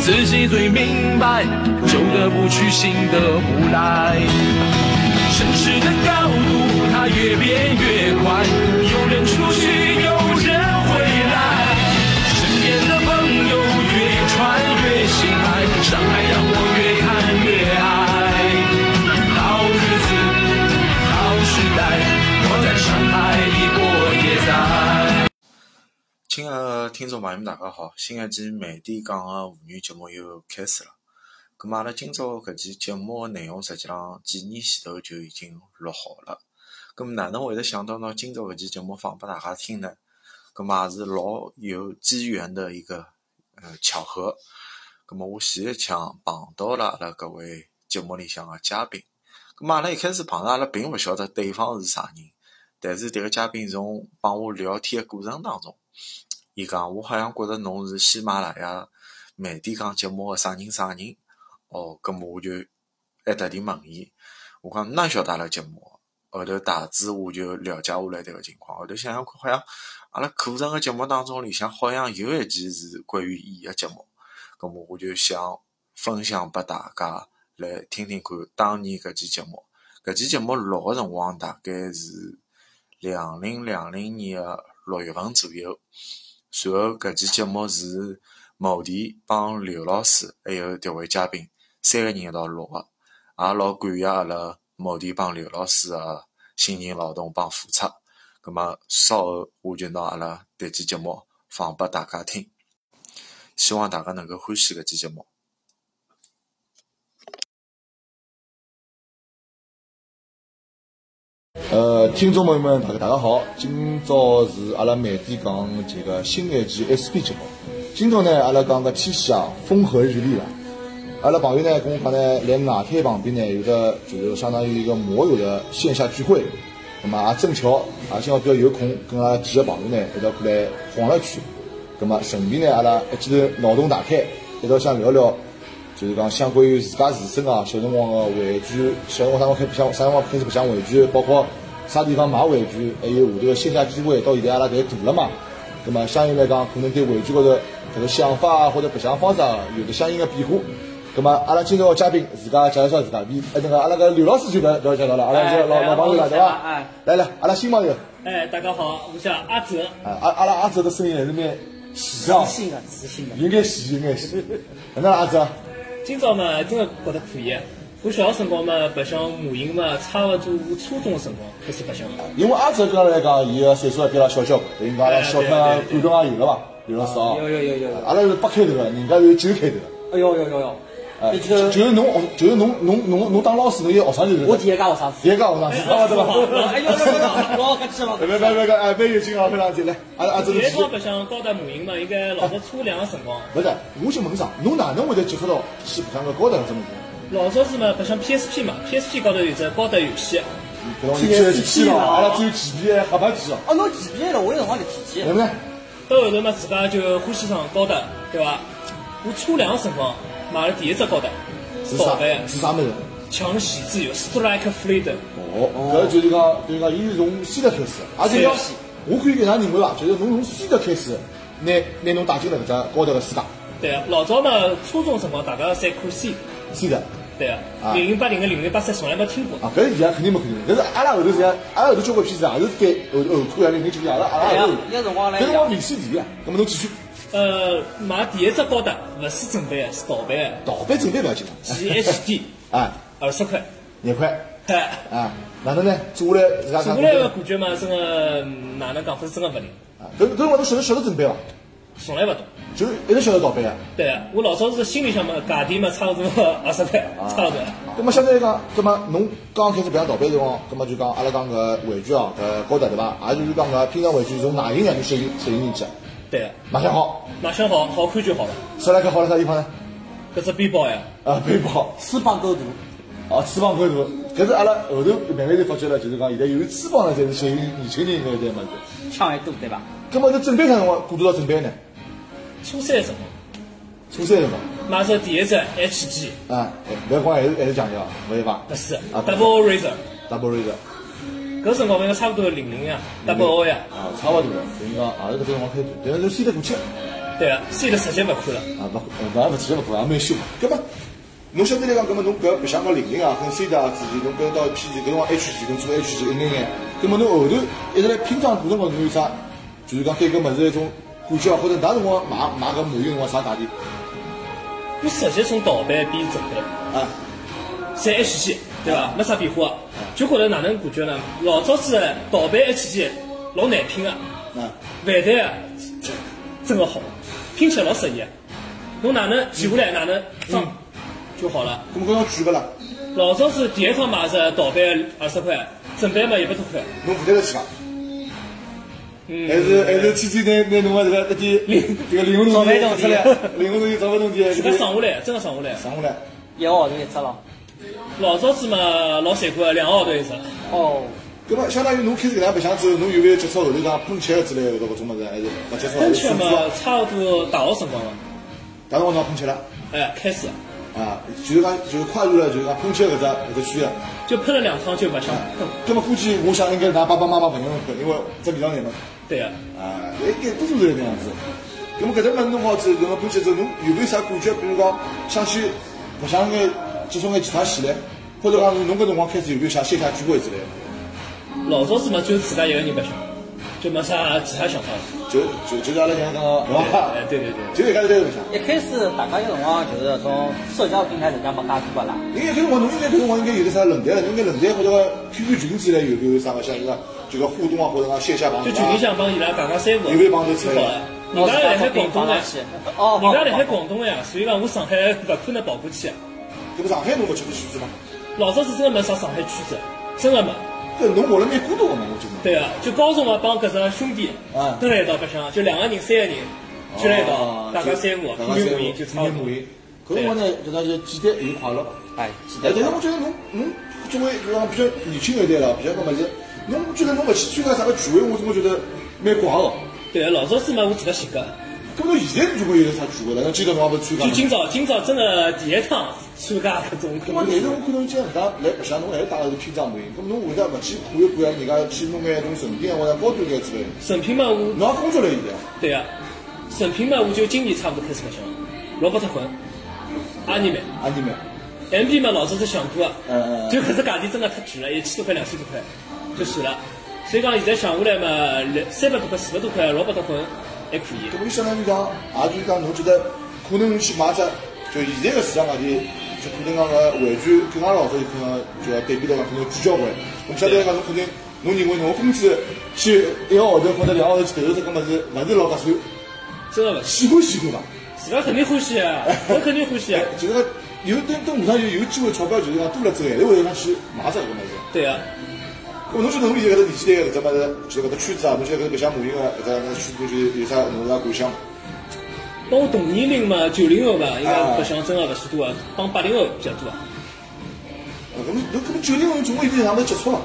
自己最明白。旧的不去，新的不来。城市的高度，它越变越宽，有人出去，有人回来。身边的朋友越穿越心海，上海让我越看越爱。好日子，好时代，我在上海里过夜在。亲爱的听众朋友们，大家好！新一期《慢点讲》个妇女节目又开始了。咁么阿拉今朝搿期节目个内容，实际上几年前头就已经录好了。咁么哪能会得想到拿今朝搿期节目放拨大家听呢？咁么也是老有机缘的一个呃巧合。咁么我前一腔碰到了阿拉搿位节目里向个嘉宾。咁么阿拉一开始碰着阿拉并勿晓得对方是啥人，但是迭个嘉宾从帮我聊天个过程当中。伊讲，我好像觉着侬是喜马拉雅慢点讲节目个啥人啥人，哦，葛么我就还特地问伊，我讲哪晓得阿拉节目哦？后头大致我就了解下来迭个情况。后头想想看，好像阿拉课程个节目当中里向，好像有一期是关于伊个节目，葛么我就想分享拨大家来听听看当年搿期节目。搿期节目录个辰光大概是两零两零年个六月份左右。随后搿期节目是毛弟帮刘老师还有迭位嘉宾三个人一道录个，也老感谢阿拉毛弟帮刘老师个辛勤劳动帮付出。葛末稍后我就拿阿拉迭期节目放拨大家听，希望大家能够欢喜搿期节目。呃，听众朋友们，大家大家好，今朝是阿拉慢点讲这个新一期 SP 节目。今朝呢，阿拉讲个天气啊，风和日丽了。阿拉朋友呢跟我讲呢，来外滩旁边呢有个就是相当于一个摩友的线下聚会，那么也正巧，也正好比较有空，跟阿拉几个朋友呢一道过来晃了一圈。那么顺便呢，阿拉一记头脑洞大开，一道想聊聊，就是讲相关于自家自身啊，小辰光个玩具，小辰光啥辰光开始想，啥辰光开始白相玩具，包括啥地方买玩具，还有下头个线下聚会，到现在阿拉侪大了嘛，那么相应来讲，可能对玩具高头搿个想法啊，或者白相方式啊，有着相应个变化。那么阿拉今朝个嘉宾自家介绍介绍自家，比哎那个阿拉个刘老师就不要不要介绍了，阿拉是老哎老朋友了，对伐哎？来来，阿拉新朋友，哎，大家好，我叫阿哲，啊阿阿拉阿哲的声音还是蛮喜啊自。信的，自信的。应该是应该是。哪能阿啊哲？今朝嘛，真的觉得可以。我小个辰光嘛，白相马影嘛，差勿多我初中的辰光开始白相了。因为阿哲跟阿拉来讲，伊个岁数也比阿拉小交关，等于讲阿拉小看啊感动也有了伐？刘老师哦，啊有有有有有，阿拉是八开头个，人家有九开头的。哎呦呦呦呦，哎，一记头就就是侬学，就是侬侬侬侬当老师，侬有学生就是。我第一家学生子，别讲学生，对伐？ 哎呦呦呦，老客气了，别别别别，哎，蛮有劲啊，非常劲来，阿拉阿哲第的一趟白相高达马影嘛，应该老早初两个辰光。不是，我就问啥，侬哪能会得接触到去白相个高头这么老早子嘛，白相 PSP 嘛，PSP 高头有只高达游戏，多？搿种去了，啊阿啊拉只有几遍黑白机哦。哦，侬几毕业了？我有辰光就提起对，不对？到后头嘛，自家就欢喜上高达，对伐？我初两个辰光买了第一只高达，是盗啥版？是啥物事？抢喜自由 Strike Freedom。哦，搿就是讲，就是讲，伊是从先头开始，而且要是的，我可以搿能认为伐？就是侬从先头开始，拿拿侬带进了搿只高头个世界，对啊，老早嘛，初中辰光大家侪看 C，是的。对啊啊，零零八零跟零零八三从来没听过。啊，搿是现在肯定没看见，搿是阿拉后头是，阿拉后头交关片子也是翻后后看啊，零零九阿拉阿哎拉呀后头，那辰光来搿辰光明显第一啊。葛末侬继续呃，买第一只高达勿是正版的，是盗版的盗版正版勿要紧 ，GHD 啊，二十块。廿块哎，啊，哪能呢？做下来自家做啥？下来个感觉嘛，真个嗯哪能讲法是真个勿灵，啊搿搿辰光侬晓得晓得正版伐？从来勿懂。就一直晓得盗版啊。对啊，我老早子心里向嘛，价钿嘛差勿多 二十块，啊差勿多。那么相对来讲，那么侬刚开始白相盗版辰光，那么就讲阿拉讲搿玩具哦，搿高达对伐？也就是讲搿平常玩具从外形上就吸引吸引人去，对啊，卖相好，卖相好，好看就好了。十来克好了啥地方呢？搿只背包呀，啊，背包。翅膀够大，哦，翅膀够大，搿是阿拉后头慢慢就发觉了，就是讲现在有翅膀了，才是吸引年轻人搿一代物事。枪还哎多对伐？葛末是准备啥辰光过渡到准备呢？初三辰光初三辰光买只第一只 HG，啊，搿辰光还是还是强调，勿是伐不是啊 Double Razor， ？Double 啊 raise 搿辰光应该差不多零零呀，Double 啊 O 呀，啊，差勿多了，等于讲啊也是搿种辰光开始，但是塞得过去啊，对啊，现在直接勿看了，勿勿也勿去勿过，也蛮凶。葛末侬相对来讲，葛末侬搿白相到零零啊，跟 C 的啊之间，侬跟到 P 级，搿辰光 H 级跟做 H 级一眼眼。葛末侬后头一直来拼装过程中，侬有啥就是讲对搿物事一种感觉啊，或者哪辰光买买搿马油辰光啥价钿我直接从盗版变正版。啊？侪 H 级，对伐？没啥变化，就觉着哪能感觉呢？老早子的盗版 H 级老难拼个，啊，万代啊，真个好，拼起来老色一。侬哪能记下来，哪能装就好了。咁搿要贵勿啦？老早子第一趟买只盗版二十块，正版嘛一百多块，侬负担得起伐？还是还是天天拿拿侬个这个一点这个零用早东西饭弄出来点，零用东西早饭弄 点，自这家个省下来，真个省下来。省下来。一个号头一只咯。老早子嘛老残酷个，两个号头一只，哦，咁么相当于侬开始搿能样白相之后，侬有没有接触后头讲蹦起来之类的搿种物事？还是勿接触？奔驰还嘛是手机啊差不多大学辰光嘛，大辰光讲蹦起来哎，开始啊，就是讲就是跨入了就是讲蹦起来搿只搿只区域。就喷了两趟就勿想喷，咁么估计我想应该是㑚爸爸妈妈朋友们喷，因为只味道难嘛。对个、啊，一点多数都是搿样子。咁么搿只物事弄好之后，侬么搬起之后，侬有没有啥感觉？比如讲，想去白相眼，接触眼其他戏嘞，或者讲是侬搿辰光开始有没有想线下聚会之类的？老早子嘛，就自家一个人白相，就没啥其他想法 了。就就就是阿拉讲讲，是伐？哎，对对对，就一家头在白相。一开始大家有辰光就是从社交平台实际上没介多啦。因为搿辰光侬应该搿辰光应该有得啥论坛了，侬应该论坛或者讲 QQ 群之类有没有啥个像是讲这个互动啊，或者讲线下帮就群里向帮伊拉讲讲三五，有没有帮助就好了。人家来海广东呀，哦，人家来海广东呀，所以讲我上海勿可能跑过去啊。搿么上海侬勿去过去子嘛？老早子真的没啥上海圈子，真的没。搿侬活了蛮孤独个嘛，我觉得。对啊，就高中啊帮搿只兄弟啊哦蹲辣一道白相，就两个人、三个人聚辣一道，大家三五，大平家三平无垠就差平平不多无。垠。搿辰光呢，就讲就简单又快乐。哎，记哎得，但是我觉得侬侬作为就讲比较年轻一代了，比较搿么子，侬觉得侬勿去参加啥个聚会，我总归觉得蛮怪个。对啊，老早子嘛我自家性格，搿么侬现在如果有啥聚会了，那今朝侬也勿参加就嘛。今朝今朝真的第一趟参加搿种搿么但是我看侬今人家来白相，侬还是带了是拼装模型，搿么侬为啥勿去看一看人家去弄眼种成品啊或者高端眼之类的？成品嘛我侬也工作了现在，对啊，成品嘛，我就今年差不多开始白相了。罗伯特魂、阿尼曼、阿弟们， MB 嘛，老早子想过啊嗯嗯，就搿只价钿真的太贵了，一千多块、两千多块就算了。所以讲现在想下来嘛，两三百多块、四百多块，罗伯特魂还哎可以搿。么就相当于讲，也就是讲侬觉得可能去买只就现在个市场价钿，就可能讲个完全跟阿拉老早就可能就要对比来讲可能聚焦回来。咾相对来讲，侬肯定侬认为侬工资去一个号头或者两个号头去投入这个物事，勿是老合算，真的勿是，喜欢喜欢伐？自家肯定欢 喜啊，我肯定欢喜啊。就是讲有等等马上就有机会钞票就是讲多了之后，还是会想去买只搿物事。对啊，咾侬觉得侬现在搿只年纪段搿只物事，就是搿只圈子啊，侬现在搿只白相模型个搿只搿只圈子就是有啥侬有啥感想伐？帮我同年龄嘛，九零后吧，应该白相真的勿许多啊，帮八零后比较多啊。啊搿么侬搿么九零后总归有点啥物事接触伐？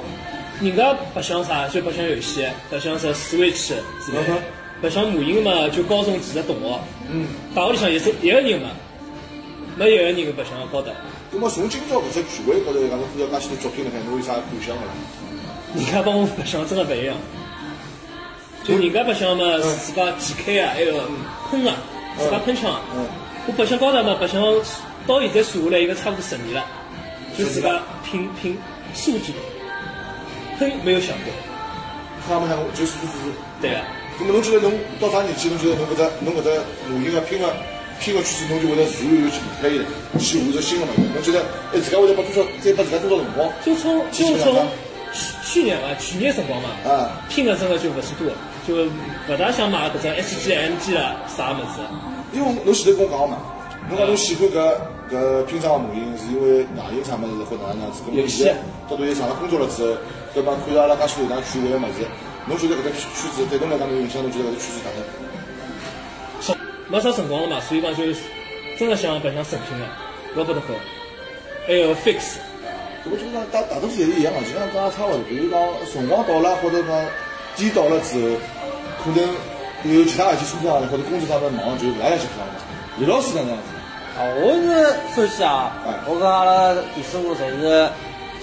人家白相啥就白相游戏，白相啥 Switch 之类嗯哼的。白相模型嘛，就高中几个同学，嗯，大学里向也是一个人嘛，没一个人白相高头。那么从今朝搿只聚会高头来讲，侬看到介许多作品了海，侬有啥感想勿啦？人家帮我白相真的勿一样，就人家白相嘛，自家几开啊，还有喷啊，自家喷枪啊。嗯嗯我白相高头嘛，白相到现在算下来应该差不多十年了，就自家拼拼数据，喷没有想过，看没看过，就是就是就是。对啊。那么侬觉得侬到啥年纪，侬觉得侬搿只侬搿只模型个啊拼个拼个圈子，侬就会得自然有去可以去换只新个物事。侬觉得哎，自家会得拨多少，再拨自家多少辰光？就从继就续聊从吧去去年嘛，去年辰光嘛，啊，拼的真的就勿许多，就勿大想买搿种 S G M G 啦啥物事。啊因为侬前头跟我讲嘛，侬讲侬喜欢搿搿拼装个模型，是因为外形啥物事或哪能样子？搿么游戏现在到对上了工作了之后，搿么看到阿拉介许多搿能样聚会个物事，侬觉得搿只圈子对侬来讲有影响？侬觉得搿只圈子哪能？没啥辰光了嘛，所以讲就真的想白相省心的，勿不得好。还有 fix，搿么就是讲大大多数侪是一样啊个，就像刚刚差勿多，就是讲辰光到了或者讲天到了之后，可能有其他事体冲上来或者工作上面忙，就勿大想去看了。李老师哪能样子？啊，我是首先啊哎，我跟阿拉弟师傅侪是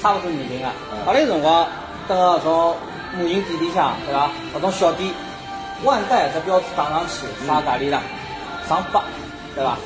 差不多年龄个，哎阿拉有辰光蹲辣搿种母婴店里向，对伐？搿种小店，万代这标志打上去，啥价钿啦？嗯上百，对伐？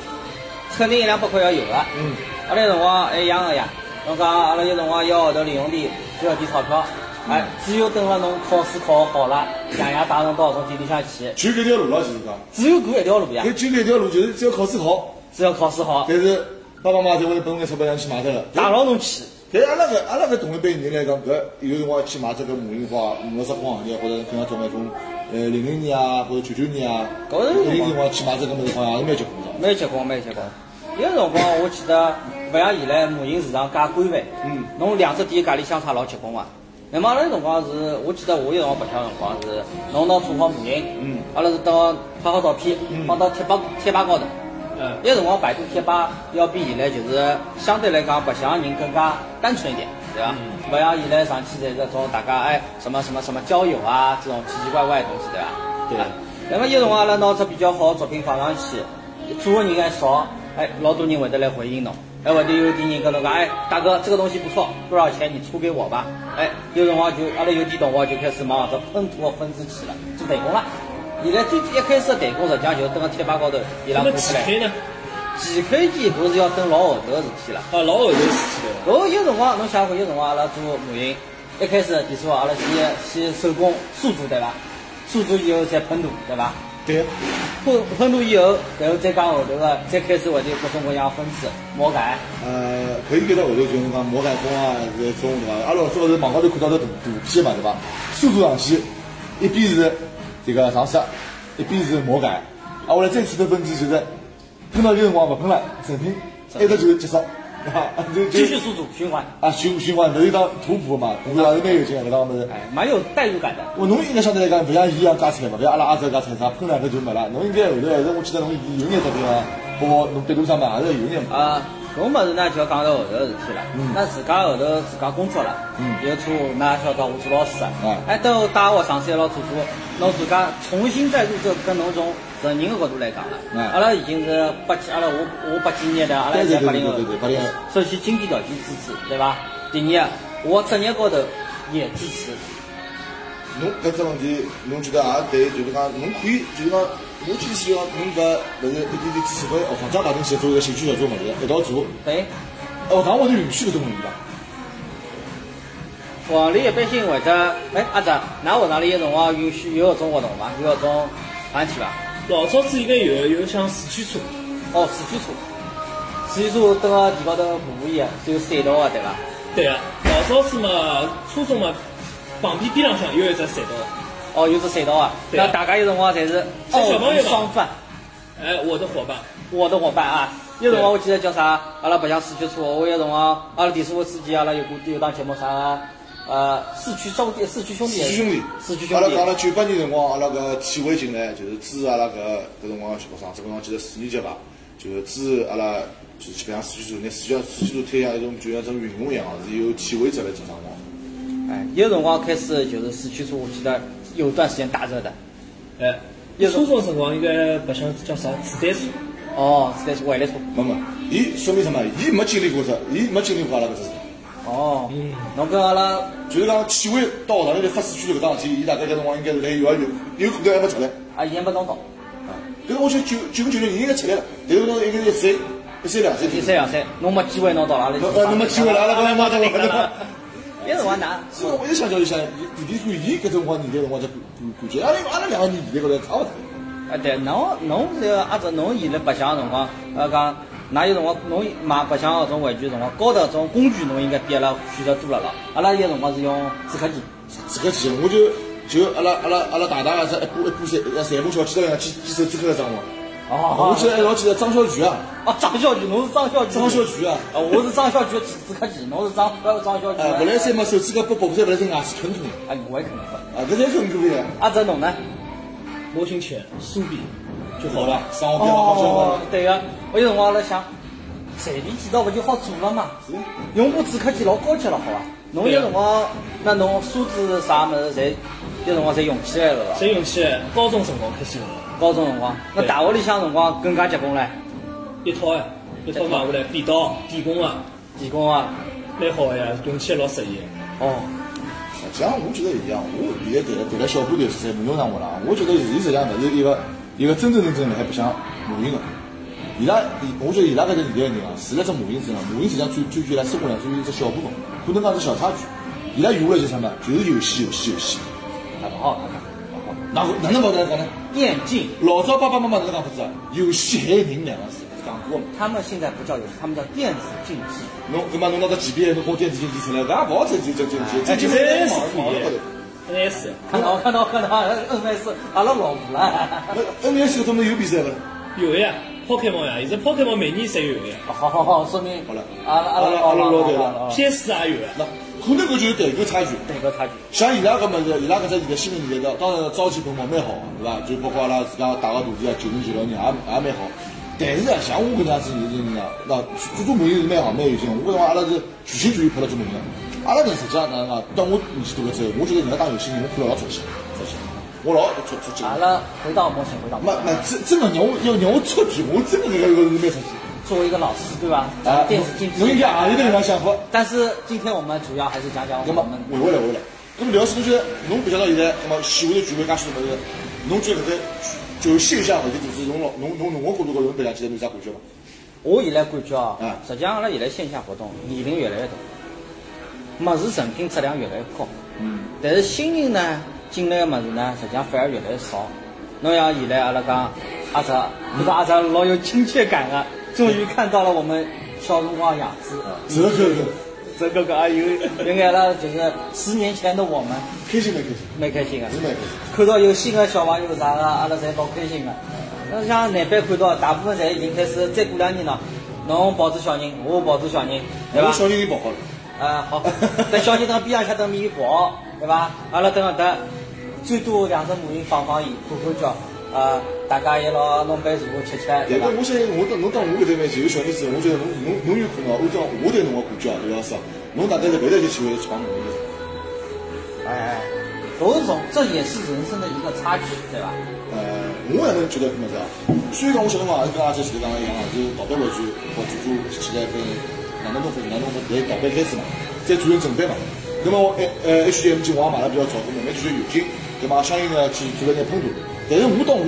肯定一两百块要有个。嗯，阿拉有辰光还一样个呀，侬讲阿拉有辰光一个号头零用钿就要点钞票，嗯哎，只有等了侬考试考好了，爷爷带侬到搿种店里向去，就搿条路了，就是讲，只有搿一条路呀，搿就搿条路，就是只要考试好，只要考试好，但是爸爸妈妈侪会拨侬眼钞票让你去买脱了。带牢侬去。但是阿拉搿阿拉搿同一辈人来讲，搿有辰光去买这个母婴化、五十光行业，或者跟像种那种呃零零年啊，或者九九年啊，搿是零零辰光去买这个物事，好像也是蛮结棍的。蛮结棍，蛮结棍。有辰光我记得勿像现在母婴市场介规范，嗯，侬两只店价钿相差老结棍个。那么阿拉有辰光是，我记得我有辰光白相的辰光是，侬拿做好母婴，嗯，阿拉是到拍好照片，放到贴吧贴吧高头。嗯，有辰光百度贴吧要比现在就是相对来讲白相的人更加单纯一点，对伐？嗯勿像现在上去侪是种大家哎什么什么什么交友啊这种奇奇怪怪的东西，对伐？对啊那么有辰光阿拉拿只比较好的作品放上去，做的人还少，哎，老多人会得来回应侬，还会得有点人跟侬讲，哎，大哥，这个东西不错，多少钱你出给我吧？哎，有辰光就阿拉有点同学就开始往这喷涂的分支去了，做代工了。现在最一开始的代工实际上就是蹲辣贴吧高头，伊拉那么过几出来。 K 呢？几 K 店不是要等老后头的事体了。啊，老后头事体了。哦，有辰光侬想过，有辰光阿拉做啊母婴，一开始比如说阿拉先先手工塑制对伐？塑制以后再喷涂对伐？对，喷喷涂以后，然后再讲后头个，再开始会得有各种各样分支魔改。呃，搿一搿搭后头就是讲魔改风啊，搿种对伐？阿拉老早是网高头看到个图图片嘛，对伐？速度上去，一边是这个上色，一边是魔改，啊，后来再次的分支就是喷到有辰光勿喷了，成品，一直就是结束，对伐？就继就续宿主循环，啊，循循环，侬就当图谱嘛，图谱也是蛮有劲个，搿当物事。哎，蛮有代入感的。我侬应该相对来讲，勿像伊一样加菜嘛，勿像阿拉阿这加菜啥喷两个就没了。侬应该后头还是我记得侬有眼作品啊，包括侬笔录上面也是有眼嘛。啊，搿物事呢就要讲到后头个事体了。嗯那自家后头自家工作了，嗯有做那晓得我做老师啊哎，哎，等我带学生三老做做，侬自家重新再入这跟侬从成人的角度来讲哎了。阿拉已经是八几，阿拉我我八几年的，阿拉对对现在对八对零后对对，，八零后。首先经济条件支持，对伐？第二，我职业高头也支持。侬搿只问题，侬觉得也对，就是讲侬可以，就是讲我建议是讲侬搿勿是一点点支持搿学生家大庭去做一个兴趣小组物事，一道做。对，学堂会得允许搿种物事伐？往里一般性会得，哎，阿泽，㑚学堂里有辰光允许有搿种活动伐？有搿种团体伐？老早子应该有有像四驱车，哦，四驱车，四驱车蹲个地高头爬一个，只有赛道个对伐？对啊，老早子嘛，初中嘛，旁边边浪向有一只赛道，哦，有只赛道啊。对那啊大家有辰光侪是哦是小朋友吧双钻，哎，我的伙伴，我的伙伴啊。有辰对光我记得叫啥，阿拉白相四驱车，我有辰光阿拉电视部之前阿拉有过有档节目啥，呃，四驱兄弟，四驱兄弟，四驱兄弟，四驱阿兄拉弟讲，了九八年辰光，阿拉搿体委进来，就是支持阿拉搿搿辰光小学生，只辰光记得四年级伐，就是支持阿拉就是基本上四驱车，拿四驱四驱车推向一种就像一种运动一样，是由体委者来做上的。哎，有辰光开始就是四驱车，我记得有段时间大热的。哎，有初中辰光应该白相叫啥子弹车，哦，是的是外来车。没没，伊说明什么？伊没经历过这，伊没经历过阿拉搿只事。哦，侬跟阿拉就是讲体委到学堂里来发四驱搿桩事体，伊大概搿辰光应该是辣幼儿园，有可能还没出来。啊，以前没弄懂。搿辰光就九九九九年应该出来了，但是搿辰光应该是一岁一岁两岁。第三两三，侬没机会弄到阿拉去侬打。呃侬没机会了，阿拉搿来妈对伐？别辰光拿，所以我一直想叫伊想，弟弟看伊搿辰光年代辰光就感感觉，阿拉阿拉两个年代高头差勿多。啊对，侬侬是阿只侬现在白相个辰光，呃讲，哪有辰光侬买白相个种玩具的辰光，高头种工具侬应该比阿拉选择多了咯。阿拉有辰光是用纸壳机，这个钱我就就阿拉阿拉阿拉大大个只一步一步散呃散步小区头样去去手指搿个生啊活。我记得还老记得张小菊啊，哦张小菊，侬是张小菊，张小菊啊啊我是张小菊的纸壳机，侬是张呃张小菊。呃，后来三嘛手指搿拨薄晒，后来是牙齿啃啃的，哎，我也肯定不。啊，搿才啃啃的呀。阿只侬呢？模型犬、苏比，就好了。哦生活变得哦好交关了。对个、我有辰光辣想，站立几道勿就好做了嘛？用部纸壳机老高级了，好伐？侬对有啊辰光，那侬梳子啥物事，侪有辰光侪用起来了伐？谁用起来？高中辰光开始用了，高中辰光，那对大学里向辰光更加结棍唻，一套呀，一套买下来，便当、电工啊，技工啊，蛮好的呀，用起来老适宜。哦，实际上，我觉得一样。我现在谈谈了小部队是在民用上活了，我觉得伊实际上勿是一个一个真真正正辣海白相马云个。伊拉，伊我觉得伊拉搿只年代个人啊，除了只马云之外，马云实际上最最最伊拉生活上最有一只小部分，可能讲是小插曲。伊拉用下来就什么，就是游戏，游戏，游戏。那勿好，哪能哪能勿能讲呢？眼镜，老早爸爸妈妈哪能讲法子啊？游戏害人两个字讲过嘛？他们现在不叫游戏，他们叫电子竞技。侬搿么侬拿个 G P S 侬搞电子竞技出来，搿也勿好整就就就就哎就，N 是 S 忙可了高头以。，N S 看 到看到看到，N S 阿拉老婆了。那 N S 中头有比赛勿啦？有的呀，Pokemon 呀，现在 Pokemon 每年侪有的呀 好好好，说明好了阿拉阿拉阿拉老老对了，PS 也有呀。那可能搿就是代沟差距。哪个差距？像伊拉搿物事，伊拉搿只现在新个年代，当然朝气蓬勃蛮好个，对伐？就包括阿拉自家大学徒弟啊，九零九六年也也蛮好。但是啊，像我搿能样子年纪人啊，那做做母婴是蛮好蛮有劲。我搿辰光阿拉是全心全意拍了做母婴。阿拉搿实际上哪能讲？到我年纪大了之后，我觉得人家当有心人，我看了老出气，出气。我老出出气。阿拉回到模型，回到模没型没，真真个让我要让我出去，我真个搿个是蛮出气。作为一个老师，对吧？啊，电子竞技。侬应该也有搿能样想法。但是今天我们主要还是讲讲那我么们回回来回来，那么聊是侬觉得侬比较到现在，那么线下头聚会介许多物事，侬觉得搿个就线下问题组织，侬老侬侬侬我角度高头侬白相起来侬有啥感觉伐？我现在感觉啊嗯，实际上阿拉现在线下活动年龄越来越大，么子成品质量越来越高。嗯。但是新人呢进来的么子呢，实际上反而越来越少。侬像现在阿拉讲阿哲，觉得阿哲老有亲切感啊，终于看到了我们小辰光样子。这个搿个这个个啊，有有眼了，就是十年前的我们，开心蛮开心，蛮开心的。是蛮开心。看到有新的小朋友啥个，阿拉侪老开心个。那像南边看到，大部分侪已经开始，再过两年喏，侬抱住小人，我抱住小人，对我伐？小人也跑好了，啊，好，等小人等边浪向等面跑，对伐？阿拉等搿搭，最多两只母婴放放伊，看看叫，啊，大家也老弄杯茶吃吃，对但伐是？我相信我当侬当我搿代面前有小人之后，我觉得侬侬侬有可能按照我对侬个感觉啊，刘老师啊，侬大概是勿会得去喜欢闯侬个。哎，都是从这也是人生的一个插曲，对伐？呃，我哪能觉得搿么子啊？虽然讲我小辰光也是跟阿姐前头讲的一样，是倒班回去，或祖祖起来跟哪能弄法，哪能弄法，但倒班开始嘛，再做成正版嘛。那么我呃呃 H M G 我也买了比较早，搿慢慢就就有劲，对嘛？相应的去做了眼喷涂。但是我当我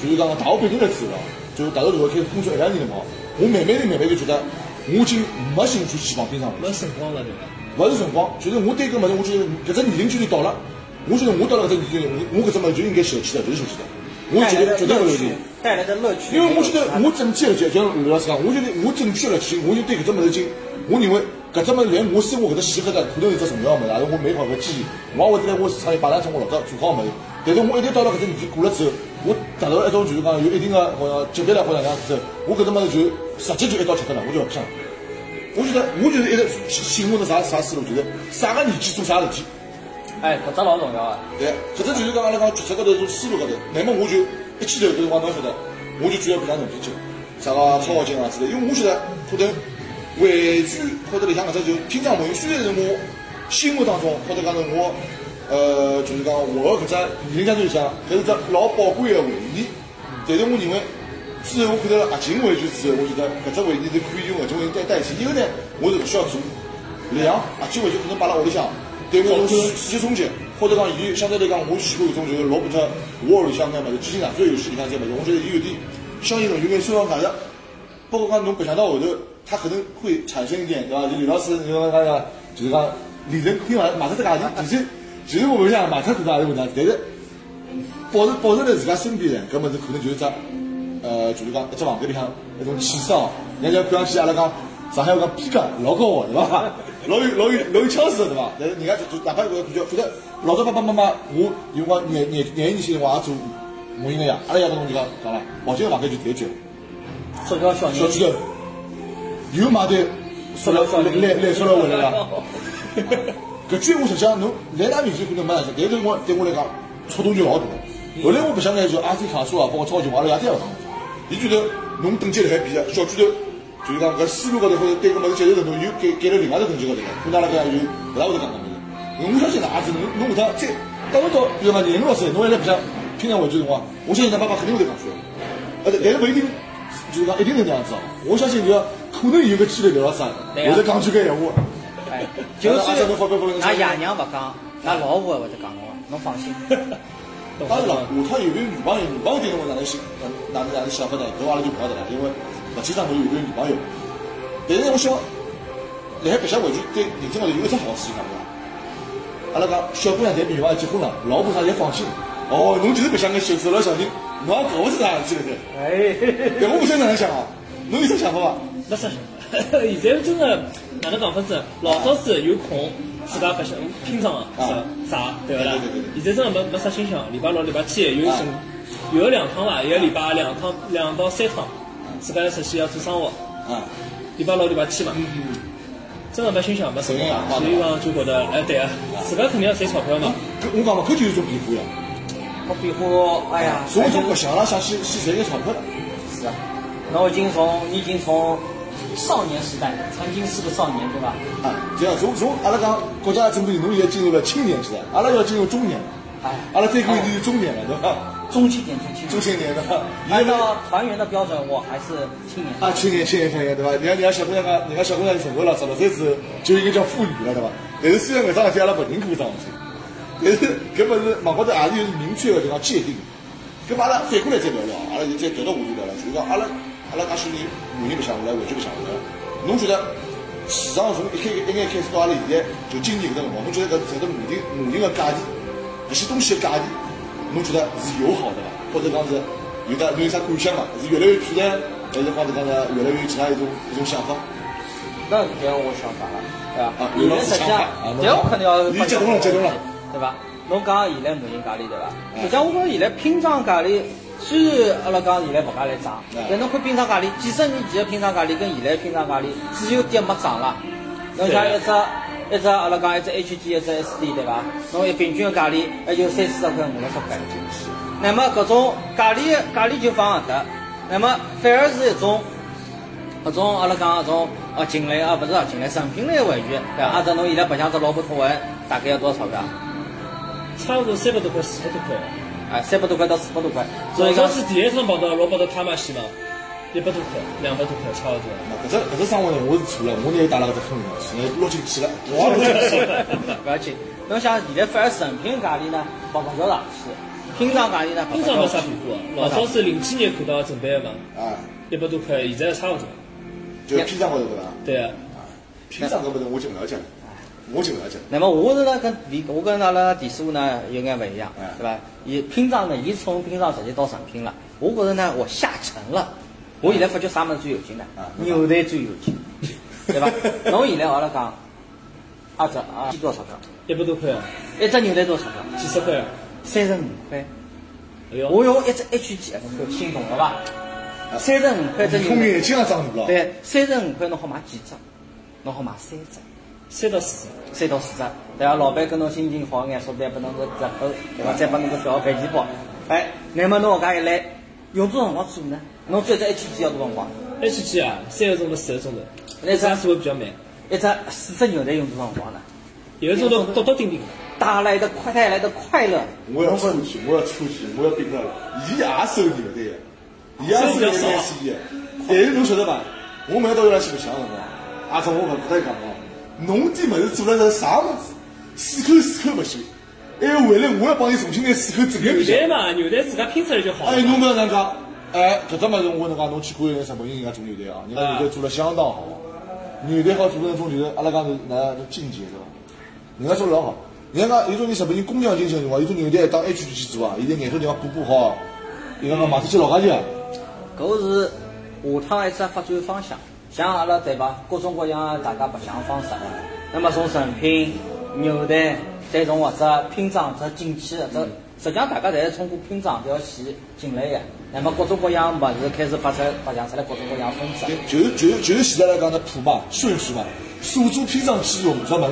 就是讲大学毕业了之后啊，就是大学大学开始工作一两年辰光，我慢慢的慢慢的觉得我已经没兴趣去往边上了。没辰光了，对吧？勿是辰光，就是我对搿物事，我觉得搿只年龄距离到了，我觉得我到了搿只年龄，我我搿只物事就应该舍弃掉，就是舍弃掉，我带绝来对的绝对勿乐留趣恋。，带来的乐趣。因为我觉得我正确了去，就像刘老师讲，我觉得我正确了去，我就对搿只物事已经，我认为搿只物事来我生活搿只时刻的可能有只重要的物事，也是啊我美好的记忆。我也会得在我市场里摆烂成我老早做好的物事，但是我一旦到了搿只年纪过了之后，我达到一种就是讲有一定的好像级别了或者哪样子之后，我搿只物事就直接就一刀切脱了，我就勿想了。我觉得我就是一直醒悟的啥啥思路，就是啥个年纪做啥事体。哎，搿只老重要啊！对，搿只就是讲阿拉讲决策高头种思路高头，乃末我就一记头搿辰光侬晓得，我就主要白相农田酒，啥个超豪金啊之类，因为我觉得可能玩具或者里向搿只就拼装模型，虽然是我心目当中或者讲是我呃就是讲我搿只年龄阶段里向搿是只老宝贵的回忆，但是我认为。之后我看到了合金玩具之后，我觉得搿只回忆是可以用合金玩具代代替。一个呢，我是勿需要做，两合金玩具可能摆辣屋里向，对我有种世界冲击，或者讲伊相对来讲，我喜欢搿种就是老比特沃尔里向搿物事，激情大战游戏里向搿物事，我觉得伊有点相应的有眼收藏价值。包括讲侬白相到后头，它可能会产生一点对伐？就刘老师就讲讲就是讲理论听完马克思价值，其实其实我们讲马克思价值问题，但是保持保持在自家身边人，搿物事可能就是只呃，就是讲一只房间里向一种气势哦。人家就讲起阿拉讲上海话讲逼格老高哦，对伐？老有老有老有腔势的对伐？但是人家就就哪怕有个比较觉得老早爸爸妈妈，我有辰光廿廿廿一年前辰光也做母婴的呀，阿拉也跟侬就讲讲了，跑进个房间就第一句。塑料小小人，区头有买的塑料来来来塑料回来了。搿句话实际上侬来㑚面前可能没啥事，但是对我对我来讲触动就老大。后来我白相呢，就阿飞卡索啊，包括超级王，阿拉也这样讲。伊觉得侬等级辣海比啊，小巨头就是讲搿思路高头或者对搿物事接受程度又改改了另外一个等级高头了，跟阿拉讲就勿大会得讲搿物事。我相信㑚阿子侬侬搿趟再到到比如讲廿五老师，侬还来白相拼上回去辰光，我相信㑚爸爸肯定会得讲出来。呃，但是勿一定，就是讲一定能这样子哦。我相信就要可能有个几率聊到啥，对啊会得讲出搿闲话。哎，就就是算阿叔侬发表发表㑚爷娘勿讲，㑚老婆还会得讲侬啊，侬放心。 当然了，下趟有没有女朋友？女朋友对侬哪能想，哪能哪能想法呢？搿阿拉就勿晓得了，因为勿清爽侬有没有女朋友。但是我想，辣海白相玩具对人生高头有一只好处，讲么？阿拉讲小姑娘谈女朋友结婚了，老婆啥侪放心。哦，侬就是白相个小走了小人，侬也搞勿出啥事体来的。哎，但我勿晓得哪能想啊，侬有啥想法伐？没啥想法。 现在真的哪能讲法子？老早子有空，自家白相拼上啊啥啥，对勿啦对对对？现在真的没没啥心想，礼拜六、礼拜啊天有辰有两趟伐，一个礼拜两趟两到三趟，自家要出去要做生活，啊，礼拜六、礼拜天嗯嘛。真的没心想，没什么对呀，所以讲就觉得，哎，对啊，自家肯定要赚钞票嘛。搿我讲嘛，搿就是一种变化呀。我比如，哎呀，所以从白相浪向去去赚眼钞票了。是啊，那我已经从你已经从少年时代，曾经是个少年，对吧？啊，这样从从阿拉讲国家整体，侬现在进入了青年时代，阿拉要进入中年了，哎，阿拉再过一年就中年了，对吧？中青年，中青中年。青年的，按你照要团员的标准，我还是青年。啊，青年青年青年，对吧？你看人家小姑娘讲，人家小姑娘成婚了，十六岁是就应该叫妇女了，对吧？但是虽然搿桩事体阿拉勿认可搿桩事体，但是搿物事网高头也是有明确的就讲界定的。搿么阿拉反过来再聊聊，阿拉就再调到话题聊聊，就是讲阿拉阿拉讲兄弟，男人白相下来，回去白相下来，侬觉得市场从一开一眼开始到阿拉现在就今年搿辰光，侬觉得搿搿个男人男人的价钿，搿些东西的价钿，侬觉得是友好的伐？或者讲是有的侬有啥感想伐？是越来越贵呢，还是讲是讲呢越来越有其他一种一种想法？那你要我想法了，对吧？啊你们实际上，这我肯定要。你激动了激动了，啊对吧？侬讲现在男人价钿对吧？实际上我觉着现在拼装价钿，虽然阿拉讲现在物价来涨嗯，但侬看拼装价钿，几十年前的拼装价钿跟现在的拼装价钿只有跌没涨了。侬像一只一只阿拉讲一只 HG 一只 SD 对吧？侬一平均的价钿也就三四十块五六十块。那么搿种价钿价钿就放搿搭，那么反而是一种搿种阿拉讲搿种哦进来啊，勿是啊进来成品类玩具，对伐？阿只侬现在白相只老婆托玩，大概要多少钞票？差不多三百多块、四百多块。啊，三百多块到四百多块，所老以早讲是第一趟跑到老跑到他妈去嘛，一百多块、两百多块，差不多。啊那搿只搿只生活呢，我是错了，我呢带了搿只坑里向去，呢落进去了，我也落进去了。不要紧。侬想现在反而成品价钿呢，跑勿叫上去，拼装价钿呢，平常没啥变化，老早是零几年看到准备的嘛，啊，一百多块，现在差不多。就批账高头对伐？对啊，批账搿物事我就勿了解了，我就勿了解了。那么我是呢跟李，我跟阿拉田师傅呢有眼不一样嗯，对吧？伊拼装呢，伊是从拼装直接到成品了。我觉着呢，我下沉了。我现在发觉啥么子最有劲呢啊？牛蛋最有劲，对 吧？侬现在阿拉讲，阿只啊，多少钞票？一百多块，啊一只牛蛋多少钞票？几十块。啊三十五块。哎呦，我用一只 HG，哎侬听懂了吧？三十五块一只啊你牛聪明蛋。眼睛也长大了。对，三十五块侬好买几只？侬好买三只，三到四十，三到四只。对伐？老板跟侬心情好一眼，说不定拨侬个折扣，对伐？再拨侬个小赔钱包。哎，那么侬搿家一来，用多少辰光做呢？侬做一只 HG 要多少辰光？ h G 啊，三个钟头、四个钟头，那啥啥做的比较慢，一只四只牛蛋用多少辰光呢？有的钟头笃笃定定。带来的快带来的快乐，我要出去，我要出去，我要冰了。伊也收牛蛋的，伊也收牛蛋生意的。但是侬晓得伐？我每天到伊拉去白相的辰光，阿啊忠我勿跟他讲哦，侬点物事做了是啥物事？四口四口勿行，还回来我要帮伊重新拿四口整个白牛相。蛋嘛，牛蛋自家拼出来就好了哎，。侬勿要能讲，哎，搿只物事我跟侬讲，侬去看一眼日本人人家做牛蛋啊，人家牛蛋做了相当好，牛蛋好做成种就是阿拉讲是哪种境界是伐？人家做得老好，人家讲有种人日本人工匠精神辰光，有种牛蛋当 H 去做啊，现在眼头人家补补好，人家讲卖出去老价钿啊，搿是下趟一只发展方向。像阿拉对伐，各种各样的大家白相方式。那么从成品、牛蛋，再从或者拼装这进去的，这实际上大家侪是通过拼装这条线进来的。那么各种各样物事开始发出发展出来各种各样风格。就就就是现在来讲的谱嘛，顺序嘛，数珠披上去永着门，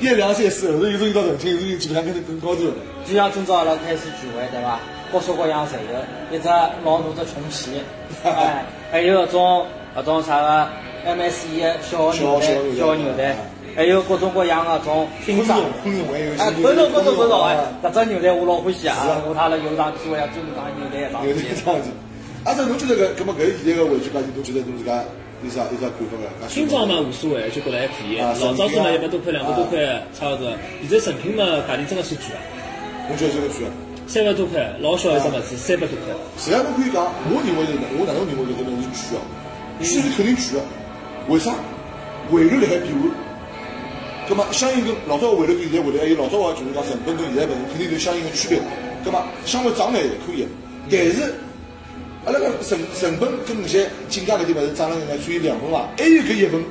一两三四，后头有种人到重庆，有种人基本上跟跟高头的。就像今朝阿拉开始聚会对伐？各式各样侪有，一只老大只穷皮， 哎，还有搿种搿种啥啊个 MSE 的 E，小小牛奶小牛奶、小牛奶，还有各种各样的种昆熏虫肠。昆虫还有哎，牛昆虫昆虫牛昆虫！哎啊，搿只牛奶我老欢喜啊是啊！我他了有场机会要专门讲牛奶一场牛奶去。这样子。啊阿叔，侬觉得搿搿么搿现在个玩具家具，侬觉得侬自家有啥有啥看法个？清朝嘛无所谓，就觉得还可以。啊老早子嘛成品啊啊一百多块、两百多块差勿多，现在成品嘛价钿真个算贵啊，侬觉得这个贵啊？三百多块，老小一只物事三百多块。实际上侬可以讲，我认为是，我哪能认为搿个东西贵啊？贵是肯定贵啊，为啥？汇率辣海变换，葛么相应跟老早汇率跟现在汇率，还有老早个就是讲成本跟现在成本肯定有相应个区别，葛么相会涨呢也可以，啊但是阿拉个成成本跟搿些进价搿点物事涨了呢，所以两分伐，还有搿一分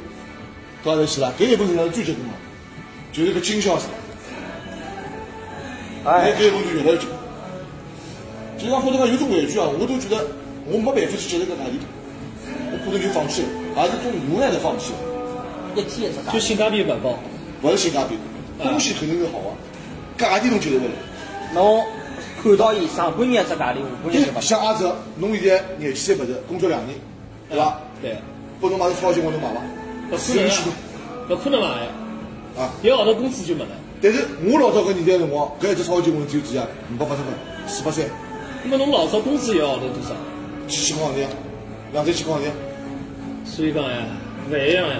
到头去啦，搿一分是让人最结棍个，就是搿经销商。哎，哎，搿一部就越来越近。就讲或者讲有种玩具啊，我都觉得我没办法去接受搿价钿，我可能就放弃了，也是一种无奈的放弃，一天一只价就，性价比蛮高，勿是性价比，东西肯定是好啊，价钿侬接受勿了。侬看到伊上半年一只价钿，下半年就勿像阿哲，侬现在廿几岁勿是，工作两年，对伐？对，拨侬买只超级我侬买伐？勿可四能五啊千块，勿可能啊！啊！一个号头工资就没了。但是我老早搿年代辰光，搿一只超级我只有几啊？五百八十块，四百三，那么侬老早工资一个号头多少？几千块行钿啊，两三千块行钿啊。所以讲呀，勿一样呀，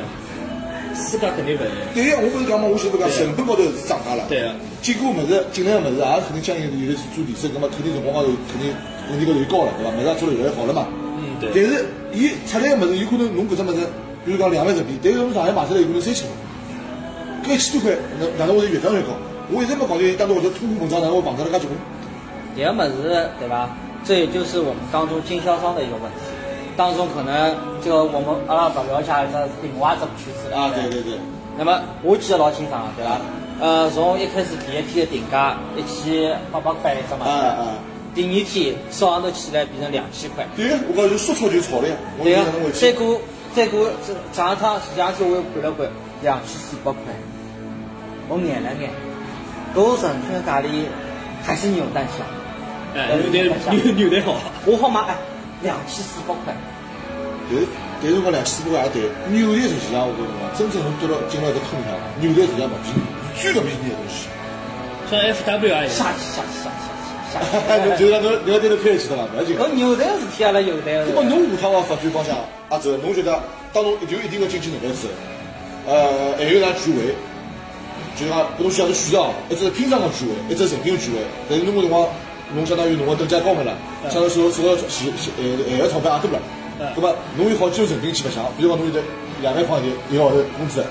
世界肯定勿一样。对呀，我不是讲嘛，我就是讲成本高头是涨价了。对啊进口物事，进来个物事也肯定相应有的是做提升，那么肯定辰光高头肯定问题高头就高了，对伐？物事也做得越来越好了嘛。嗯，但对。是伊出来个物事，有可能侬搿只物事，比如讲两万人民币，但是侬上海买出来有可能三千块，搿一千多块，哪哪能会是越涨越高？我一直没搞清，当中或者通货膨胀哪能会膨胀了介结棍？迭个么子，对吧？这也就是我们当中经销商的一个问题，当中可能这个我们阿拉不了解这另外这个趋势啊，对对对，那么我记得老清爽了，对吧？呃，从一开始第一天的定价一千八百块一只嘛，啊啊，第二天早上头起来变成两千块，对呀，我讲就说炒就炒了呀，我对哪呀能会。再去？过再过这上一趟前两天我又看了看，两千四百块，我眼了眼，搿成品的价钿还是牛蛋香。哎，牛奶牛牛奶好啊。我好买哎，两千四百块。但是但是我两千多块也对，纽约实际上我跟你讲，真正侬跌到进了这坑里向，纽约实际上勿便宜，最不便宜的东西。像 FW 也有。下去下去下去下去哎，下侬就。去让侬你要对头开起的啦，勿要紧。搿牛蛋事体阿拉有蛋那么的，侬下趟个发展方向，阿哲，侬觉得当侬有一定的经济能力之后，呃，还有哪聚会？就是讲，搿侬需要是选择哦，一只是拼装个聚会，一只是成品个聚会。但是侬搿辰光，侬相当于侬个等级也高嘛了，相当于手手头钱钱还还要钞票也多了。葛末侬有好几种成品去白相，比如讲侬现在两万块钿一个号头工资，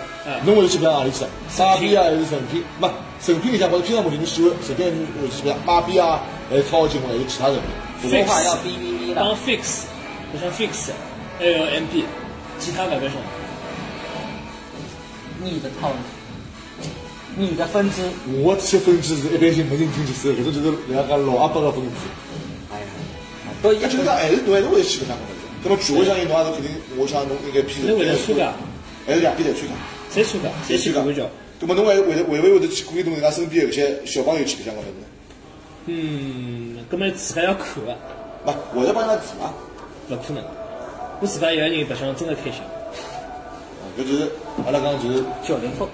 侬会去白相何里去？沙比啊，还是成品？没成品里向或者拼装目的，侬喜欢随便会去白相马比啊，还是超级嘛，还是其他成品？说话要哔哔哔帮的。 Fix，我像 Fix，还有 MP，其他版本上。你的套路，你的分支，我吃分支是一般性没人听去吃，搿种就是人家讲老阿伯个分支。哎呀，都一那就是讲还是侬还是会去搿能介个物事。搿么聚会相信侬也是肯定，我想侬应该偏侬会得参加，还是两边侪参加，谁参加？谁去加看看叫？。搿么侬还会得会勿会得去鼓励侬人家身边的搿些小朋友去搿相关物事呢？嗯，搿么自家要看个，勿，会得帮人家提嘛？勿可能。我自家一个人白相真个开心。啊搿就是阿拉讲就是，九零后，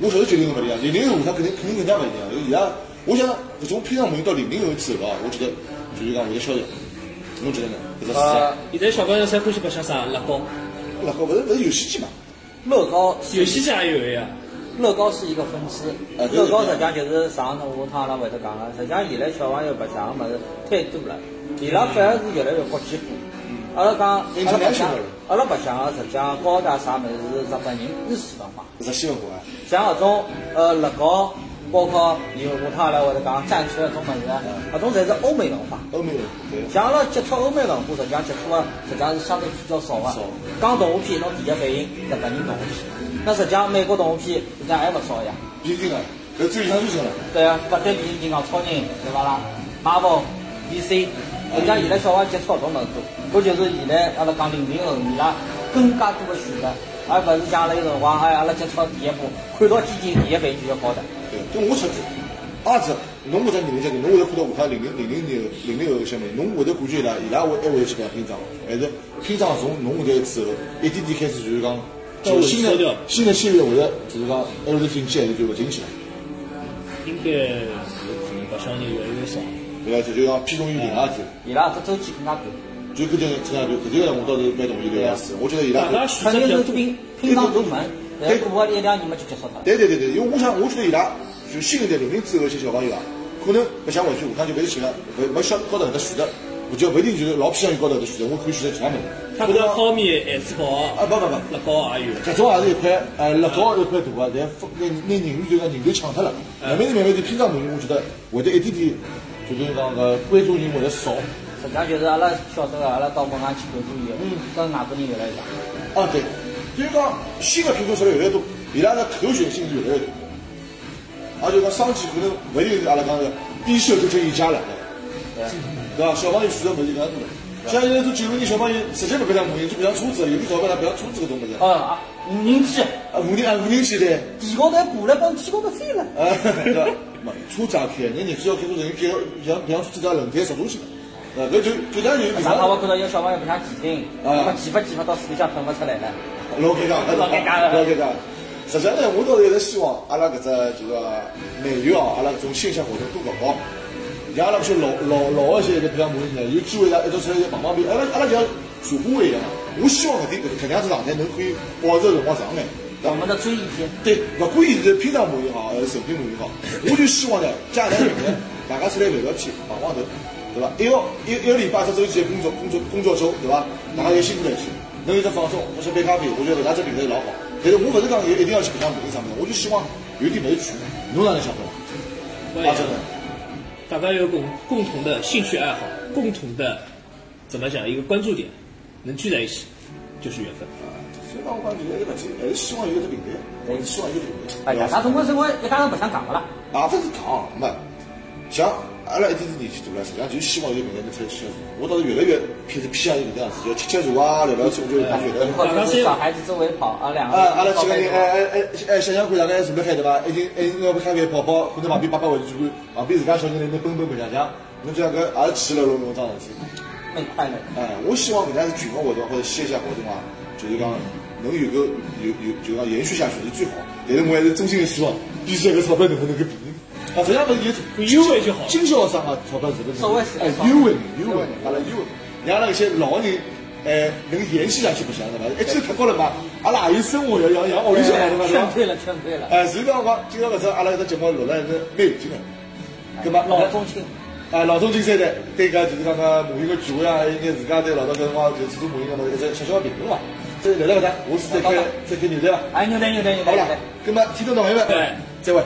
我晓得九零后勿一样，零零后他肯定肯定更加勿一样。因为伊拉，我想搿种偏上朋友到零零后之后啊，我觉得就是讲会得消减。侬觉得呢？搿只市场呃，，现在小朋友侪欢喜白相啥？乐高，辣高勿是勿是游戏机嘛？乐高游戏机也有呀。乐高是一个分支哎，对乐高实际上就是上头我趟阿拉会得讲了，实际上现在小朋友白相个物事太多了，伊拉反而是越来越国际化。阿拉讲，阿拉白相 International，阿拉白相个实际上高达啥物事是日本人日式文化，日系文化啊。像搿种呃乐高，包括有下趟阿拉会得讲战车搿种物事，搿种侪是欧美文化。欧美人对，像阿拉接触欧美文化，实际上接触个实际上是相对比较少个少。讲动画片，侬第一反应日本人动画片，那实际上美国动画片实际上还勿少呀。毕竟啊，搿最上最深了。对啊，不对，你你讲超人对伐啦？Marvel、DC，人家现在小孩接触搿种物事多，搿就是现在阿拉讲零零后，伊拉更加多的选择，而勿是像阿拉有辰光，哎，阿拉接触第一步，看到机器第一反应就要高的。对，跟我出去，阿子，侬搿只年龄阶段，侬会得看到下趟零零零零年零零后个小妹，侬会得感觉伊拉伊拉会还会得去搿样拼装伐，还是拼装从侬搿代之后，一点点开始就是讲，到就新萎缩掉的新的线路会得就是讲还会得进去还是就勿进去了，应该嗯有可能白相人越来越少。对伐？这就讲偏重于零阿子，伊拉只周期更加短，就搿就这样就搿就我到时候蛮同意搿样子，我觉得伊拉大家搿选肯定择比较是拼拼上入门，对但是过个一两年嘛就结束脱了。对对对对，因为我想，我觉得伊拉就新一代零零之后一些小朋友啊，可能不想回去，下趟就勿是寻了，勿没向高头搿搭选择，我就勿一定就是老偏向于高头搿搭选择，我可以选择其他物事。他或搿者方面还是啊好，不不不，乐高啊也有。搿种也是一块，呃，乐高是一块大个，但风拿拿人员就讲人流抢脱了，慢慢地慢慢地偏上门，我觉得会得一点点，就是呃讲搿关注人会得少。实际上就是阿拉晓得个，阿拉到国外去投资以后，跟外国人越来越像。啊对，就是讲新的品种出来越来越多，伊拉的可选性越来越多，而且讲商机可能勿一定是阿拉讲的低售就这一家了，对伐？小朋友选择勿是搿样子的。像现在做九零年小朋友，直接勿白相母婴，就白相车子，有的钞票他白相车子搿种物事。哦，啊五人机，啊，五零啊五零系列，地高头还爬了帮天高头飞了。啊，对伐？嘛，车子也开，人年纪要开车子，人开像像车子像轮胎刹车去了，啊，搿就就像有上趟我看到一个小朋友白相潜艇，那么潜发潜发到水里向喷勿出来了。老尴尬，老尴尬了老尴尬。实际上呢，我倒是一直希望阿拉搿只就个内容哦，阿拉搿种线下活动多搞搞，像阿拉搿些老老老的一些比较模型呢，有机会大家一道出来在碰碰面，阿拉阿拉就像茶话会一样。我希望搿点搿搿样子状态能可以保持的辰光长眼。我们的追忆篇，对，勿管伊是拼装模型好，还是呃手拼模型好， 我就希望呢，家长女呢，大家出来聊聊天，碰碰头，对伐？一个一一个礼拜只周期工作工作工作周，对伐？大家有辛苦来去，能有得放松，喝些杯咖啡，我觉得搿只平台老好。但是我勿是讲一定要去搿项模型上面，我就希望有点物事去。侬哪能想法？我啊，也真的，大家有共共同的兴趣爱好，共同的怎么讲一个关注点，能聚在一起就是缘分。啊所以讲我讲现在搿物事，还是希望有一只平台，还呃是希望有一只平台。哎呀，咱总归生活一家人白相讲勿啦？啊，这是糖没，像阿拉一点点年纪大了，实际上就希望有平台能出来吃吃茶。我倒是越来越偏偏向于搿能样子，就吃吃茶啊，聊聊天，我就感觉以得。后就是小孩子周围跑，啊两个啊，人阿拉几个人，哎哎，哎哎哎，想想看，大概坐辣海对伐？一人一人要杯咖啡，跑跑，可能旁边爸爸回去看，旁边自家小人在那蹦蹦白相相，侬就像搿也是其乐融融桩事体。蛮快乐。哎，我希望搿能样子群个活动或者线下活动啊，就是讲能有个有有就讲延续下去是最好。但是我还是真心的希望，比赛搿钞票能不能够便宜？啊，实际上勿是优惠就好经销商啊，钞票是不是？稍微是哎，优惠优惠，阿拉优惠，让阿拉搿些老人。哎，能延续下去白相对伐？一记头踢高了嘛，阿拉也有生活要养养屋里向对伐？劝退了，劝退了。哎，所以讲讲，今朝搿只阿拉搿只节目录了还是蛮有劲个，葛末老中青，啊，老中青三代对搿就是讲个母婴个聚会啊，还有眼自家对老早搿辰光就制作母婴个么一只小小个评论伐？这聊聊搿搭，下次再开再开牛队伐？哎，牛蛋牛蛋牛好蛋啦牛蛋。，葛末听众朋友们，对再会。